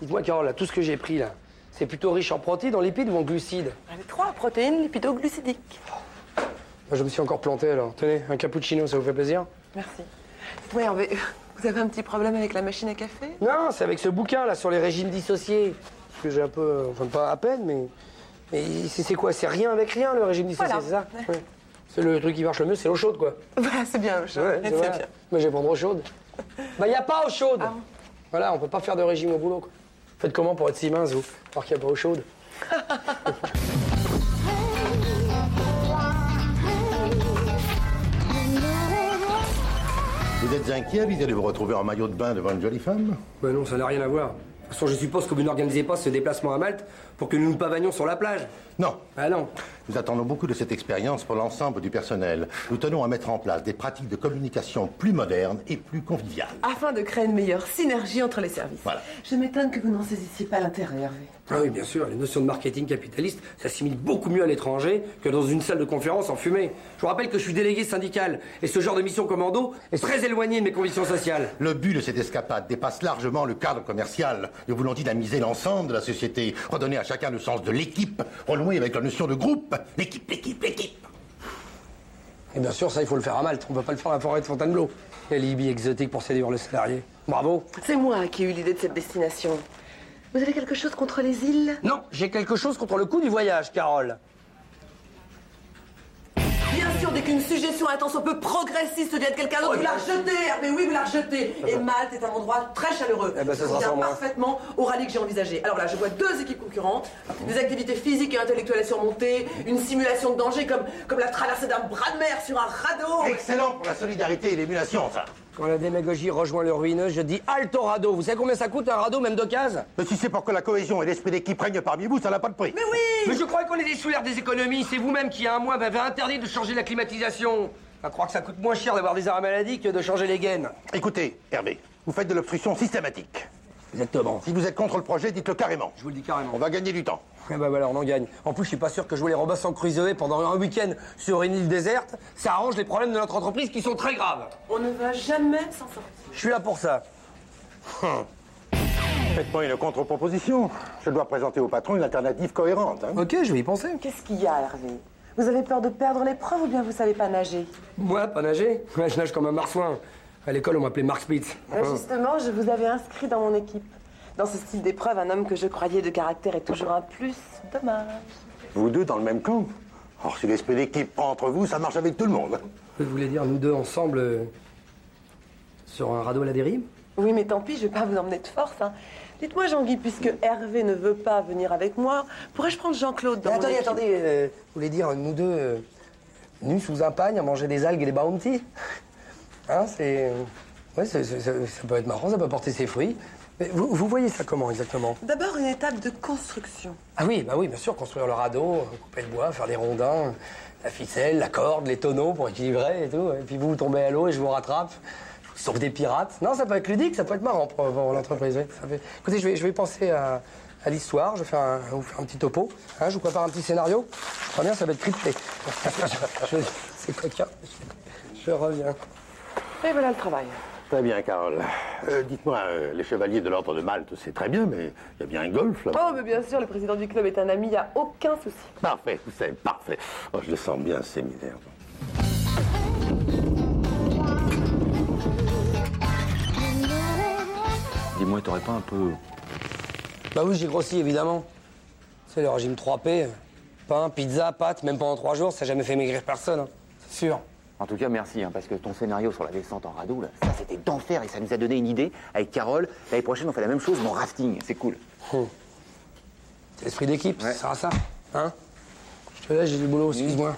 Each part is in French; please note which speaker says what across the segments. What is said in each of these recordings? Speaker 1: Dites-moi, Carole, là, tout ce que j'ai pris là, c'est plutôt riche en protéines, en lipides ou en glucides
Speaker 2: Avec trois protéines lipidoglucidiques.
Speaker 1: Moi, Je me suis encore planté alors. Tenez, un cappuccino, ça vous fait plaisir
Speaker 2: Merci. Dites-moi, Hervé, vous avez un petit problème avec la machine à café
Speaker 1: Non, c'est avec ce bouquin là sur les régimes dissociés. Que j'ai un peu. euh, Enfin, pas à peine, mais. Mais c'est c'est quoi C'est rien avec rien le régime dissocié,
Speaker 2: Voilà.
Speaker 1: c'est ça Ouais. C'est le truc qui marche le mieux, c'est l'eau chaude quoi.
Speaker 2: Voilà, c'est bien, je...
Speaker 1: Ouais,
Speaker 2: c'est
Speaker 1: voilà.
Speaker 2: bien. Ah.
Speaker 1: Moi, je vais prendre eau chaude. Bah, y a pas eau chaude Voilà, on peut pas faire de régime au boulot quoi. Faites comment pour être si mince vous Alors qu'il n'y a pas eau chaude
Speaker 3: Vous êtes inquiet vis à de vous retrouver en maillot de bain devant une jolie femme
Speaker 1: Bah non, ça n'a rien à voir. De toute façon, je suppose que vous n'organisez pas ce déplacement à Malte pour que nous nous pavanions sur la plage.
Speaker 3: Non.
Speaker 1: Ah non.
Speaker 3: Nous attendons beaucoup de cette expérience pour l'ensemble du personnel. Nous tenons à mettre en place des pratiques de communication plus modernes et plus conviviales.
Speaker 2: Afin de créer une meilleure synergie entre les services.
Speaker 3: Voilà.
Speaker 2: Je m'étonne que vous n'en saisissiez pas l'intérêt, Hervé.
Speaker 1: Ah oui, bien sûr, les notions de marketing capitaliste s'assimilent beaucoup mieux à l'étranger que dans une salle de conférence en fumée. Je vous rappelle que je suis délégué syndical et ce genre de mission commando est très éloigné de mes convictions sociales.
Speaker 3: Le but de cette escapade dépasse largement le cadre commercial. Nous voulons dynamiser l'ensemble de la société, redonner à chacun le sens de l'équipe, renouer avec la notion de groupe. L'équipe, l'équipe, l'équipe.
Speaker 1: Et bien sûr, ça, il faut le faire à Malte. On ne peut pas le faire à la forêt de Fontainebleau. La Libye exotique pour séduire le salarié. Bravo.
Speaker 2: C'est moi qui ai eu l'idée de cette destination. Vous avez quelque chose contre les îles
Speaker 1: Non, j'ai quelque chose contre le coût du voyage, Carole.
Speaker 2: Bien sûr, dès qu'une suggestion intense un peu progressiste vient de quelqu'un
Speaker 1: Oh,
Speaker 2: d'autre, vous la rejetez, Hervé, oui, vous la rejetez. Et Malte est un endroit très chaleureux.
Speaker 1: Eh ben, ça sera
Speaker 2: convient
Speaker 1: sans moi.
Speaker 2: parfaitement au rallye que j'ai envisagé. Alors là, je vois deux équipes concurrentes, des activités physiques et intellectuelles à surmonter, une simulation de danger comme, comme la traversée d'un bras de mer sur un radeau.
Speaker 3: Excellent pour la solidarité et l'émulation, ça.
Speaker 1: Quand la démagogie rejoint le ruineux, je dis halte au radeau. Vous savez combien ça coûte un radeau, même d'occasion
Speaker 3: Mais si c'est pour que la cohésion et l'esprit d'équipe règnent parmi vous, ça n'a pas de prix.
Speaker 2: Mais oui
Speaker 1: Mais je croyais qu'on était sous l'air des économies. C'est vous-même qui, il y a un mois, m'avez interdit de changer la climatisation. À croire que ça coûte moins cher d'avoir des arrêts maladie que de changer les gaines.
Speaker 3: Écoutez, Hervé, vous faites de l'obstruction systématique.
Speaker 1: Exactement.
Speaker 3: Si vous êtes contre le projet, dites-le carrément.
Speaker 1: Je vous le dis carrément.
Speaker 3: On va gagner du temps.
Speaker 1: Eh ben voilà, on en gagne. En plus, je suis pas sûr que jouer les Robinson Crusoe pendant un week-end sur une île déserte, ça arrange les problèmes de notre entreprise qui sont très graves.
Speaker 2: On ne va jamais s'en sortir.
Speaker 1: Je suis là pour ça.
Speaker 3: Faites-moi une contre-proposition. Je dois présenter au patron une alternative cohérente. hein.
Speaker 1: Ok, je vais y penser.
Speaker 2: Qu'est-ce qu'il y a, Hervé Vous avez peur de perdre l'épreuve ou bien vous savez pas nager
Speaker 1: Moi, pas nager. Ouais, je nage comme un marsouin. À l'école, on m'appelait Mark Spitz.
Speaker 2: Là, Euh, justement, je vous avais inscrit dans mon équipe. Dans ce style d'épreuve, un homme que je croyais de caractère est toujours un plus. Dommage.
Speaker 3: Vous deux dans le même camp Or, si l'esprit d'équipe prend entre vous, ça marche avec tout le monde.
Speaker 1: Vous voulez dire nous deux ensemble euh, sur un radeau à la dérive
Speaker 2: Oui, mais tant pis, je vais pas vous emmener de force. hein. Dites-moi, Jean-Guy, puisque Hervé ne veut pas venir avec moi, pourrais-je prendre Jean-Claude dans mon
Speaker 1: Attendez,
Speaker 2: équipe
Speaker 1: attendez. euh, vous voulez dire nous deux euh, nus sous un pagne à manger des algues et des bounties Hein, c'est. Ouais, c'est- c'est- ça, ça peut être marrant, ça peut porter ses fruits. Mais vous, vous voyez ça comment exactement
Speaker 2: D'abord, une étape de construction.
Speaker 1: Ah oui, bah oui, bien sûr, construire le radeau, euh, couper le bois, faire les rondins, la ficelle, la corde, les tonneaux pour équilibrer et tout. Et puis vous, vous tombez à l'eau et je vous rattrape. Je vous sauve des pirates. Non, ça peut être ludique, ça peut être marrant pour, pour l'entreprise. oui, ça fait- Écoutez, je vais, je vais penser à, à l'histoire. Je vais faire un, vous faire un petit topo. hein, je vous prépare un petit scénario. Je crois bien, ça va être crypté. Je- je- C'est coquin. Je, je reviens.
Speaker 2: Et voilà le travail.
Speaker 3: Très bien, Carole. Euh, Dites-moi, euh, les chevaliers de l'ordre de Malte, c'est très bien, mais il y a bien un golf là.
Speaker 2: Oh, mais bien sûr, le président du club est un ami, il n'y a aucun souci.
Speaker 3: Parfait, c'est parfait. Oh, je le sens bien, ce séminaire.
Speaker 4: Dis-moi, t'aurais pas un peu.
Speaker 1: Bah oui, j'ai grossi, évidemment. C'est le régime 3P. euh, Pain, pizza, pâtes, même pendant trois jours, ça n'a jamais fait maigrir personne. hein, C'est sûr.
Speaker 4: En tout cas, merci, hein, parce que ton scénario sur la descente en radeau, là, ça c'était d'enfer et ça nous a donné une idée. Avec Carole, l'année prochaine, on fait la même chose, mais en rafting. C'est cool.
Speaker 1: C'est l'esprit d'équipe,
Speaker 4: Ouais.
Speaker 1: ça sera ça. Hein Je te laisse, j'ai du boulot, excuse-moi.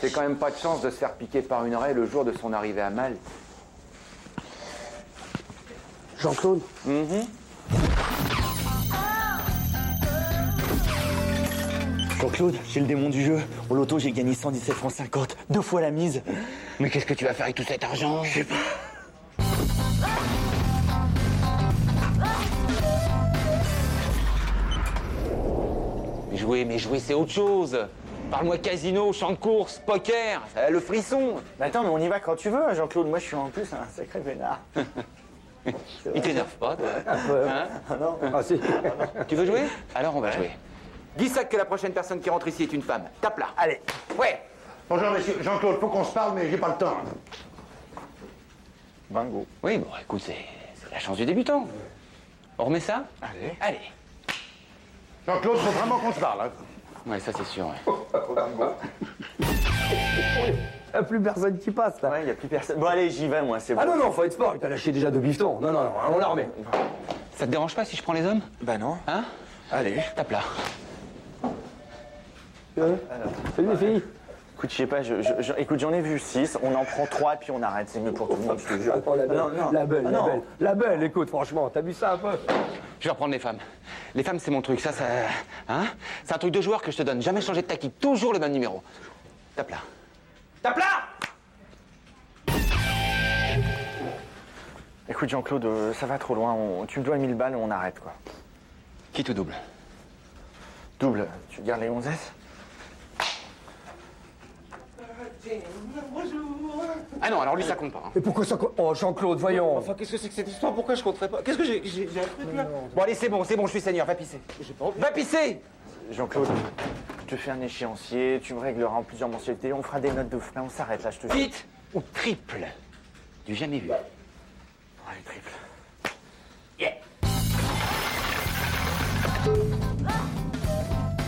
Speaker 4: C'est quand même pas de chance de se faire piquer par une raie le jour de son arrivée à Malte.
Speaker 1: Jean-Claude
Speaker 5: Jean-Claude, j'ai le démon du jeu. Au loto, j'ai gagné 117 francs 50, deux fois la mise.
Speaker 4: Mais qu'est-ce que tu vas faire avec tout cet argent Je sais pas. Mais jouer, mais jouer, c'est autre chose. Parle-moi casino, champ de course, poker, euh, le frisson.
Speaker 5: Mais Bah, attends, mais on y va quand tu veux, hein, Jean-Claude. Moi, je suis en plus un sacré vénard.
Speaker 4: Il t'énerve pas, toi. hein
Speaker 5: Ah non
Speaker 4: Tu veux jouer Alors on va jouer. Dis ça que la prochaine personne qui rentre ici est une femme. Tape là.
Speaker 5: Allez.
Speaker 4: Ouais.
Speaker 3: Bonjour, monsieur. Jean-Claude, faut qu'on se parle, mais j'ai pas le temps.
Speaker 5: Bingo.
Speaker 4: Oui, bon, écoute, c'est c'est la chance du débutant. On remet ça Allez. Allez.
Speaker 3: Jean-Claude, faut vraiment qu'on se parle. hein.
Speaker 4: Ouais, ça c'est sûr. ouais.
Speaker 1: Y'a plus personne qui passe, là.
Speaker 5: Ouais, il a plus personne. Bon, allez, j'y vais, moi, c'est bon.
Speaker 1: Ah non, non, faut être sport, t'as lâché déjà deux bifetons. Non, non, non, on la remet.
Speaker 4: Ça te dérange pas si je prends les hommes
Speaker 5: Bah non.
Speaker 4: Hein
Speaker 5: Allez.
Speaker 4: Tape là.
Speaker 1: Salut les filles.
Speaker 5: Écoute, je sais pas, je, je- je- écoute, j'en ai vu 6, on en prend 3 puis on arrête, c'est mieux pour tout le monde, je te jure.
Speaker 1: Oh, la belle,
Speaker 5: Non, non.
Speaker 1: la belle,
Speaker 5: Ah,
Speaker 1: la
Speaker 5: non.
Speaker 1: belle. La belle, écoute, franchement, t'as vu ça un peu
Speaker 4: Je vais reprendre les femmes. Les femmes, c'est mon truc. Ça, ça. Hein C'est un truc de joueur que je te donne. Jamais changer de tactique. Toujours le même numéro. Tape là. Tape là
Speaker 5: Écoute, Jean-Claude, euh, ça va trop loin, on- tu me dois 1000 balles, on arrête, quoi.
Speaker 4: Qui te double
Speaker 5: Double, tu gardes les 11S
Speaker 4: Ah non, alors lui, ça compte pas. hein.
Speaker 1: Et pourquoi ça. co- Oh, Jean-Claude, voyons.
Speaker 6: Qu'est-ce que c'est que cette histoire Pourquoi je compterais pas Qu'est-ce que j'ai j'ai- j'ai un truc là
Speaker 4: Bon, allez, c'est bon, c'est bon, je suis seigneur. Va pisser. Va pisser
Speaker 5: Jean-Claude, je te fais un échéancier, tu me régleras en plusieurs mensualités, on fera des notes de frais, on s'arrête là, je te jure.
Speaker 4: Vite ou triple Du jamais vu.
Speaker 5: Allez, triple.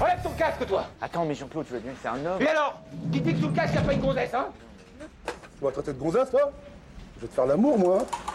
Speaker 4: Enlève ton casque, toi
Speaker 5: Attends, mais Jean-Claude, tu vas bien que c'est un homme.
Speaker 4: Et alors Qui dit que sous le casque, t'as pas une grossesse, hein
Speaker 7: Tu vas traiter de gonzesse, là Je vais te faire l'amour, moi. hein.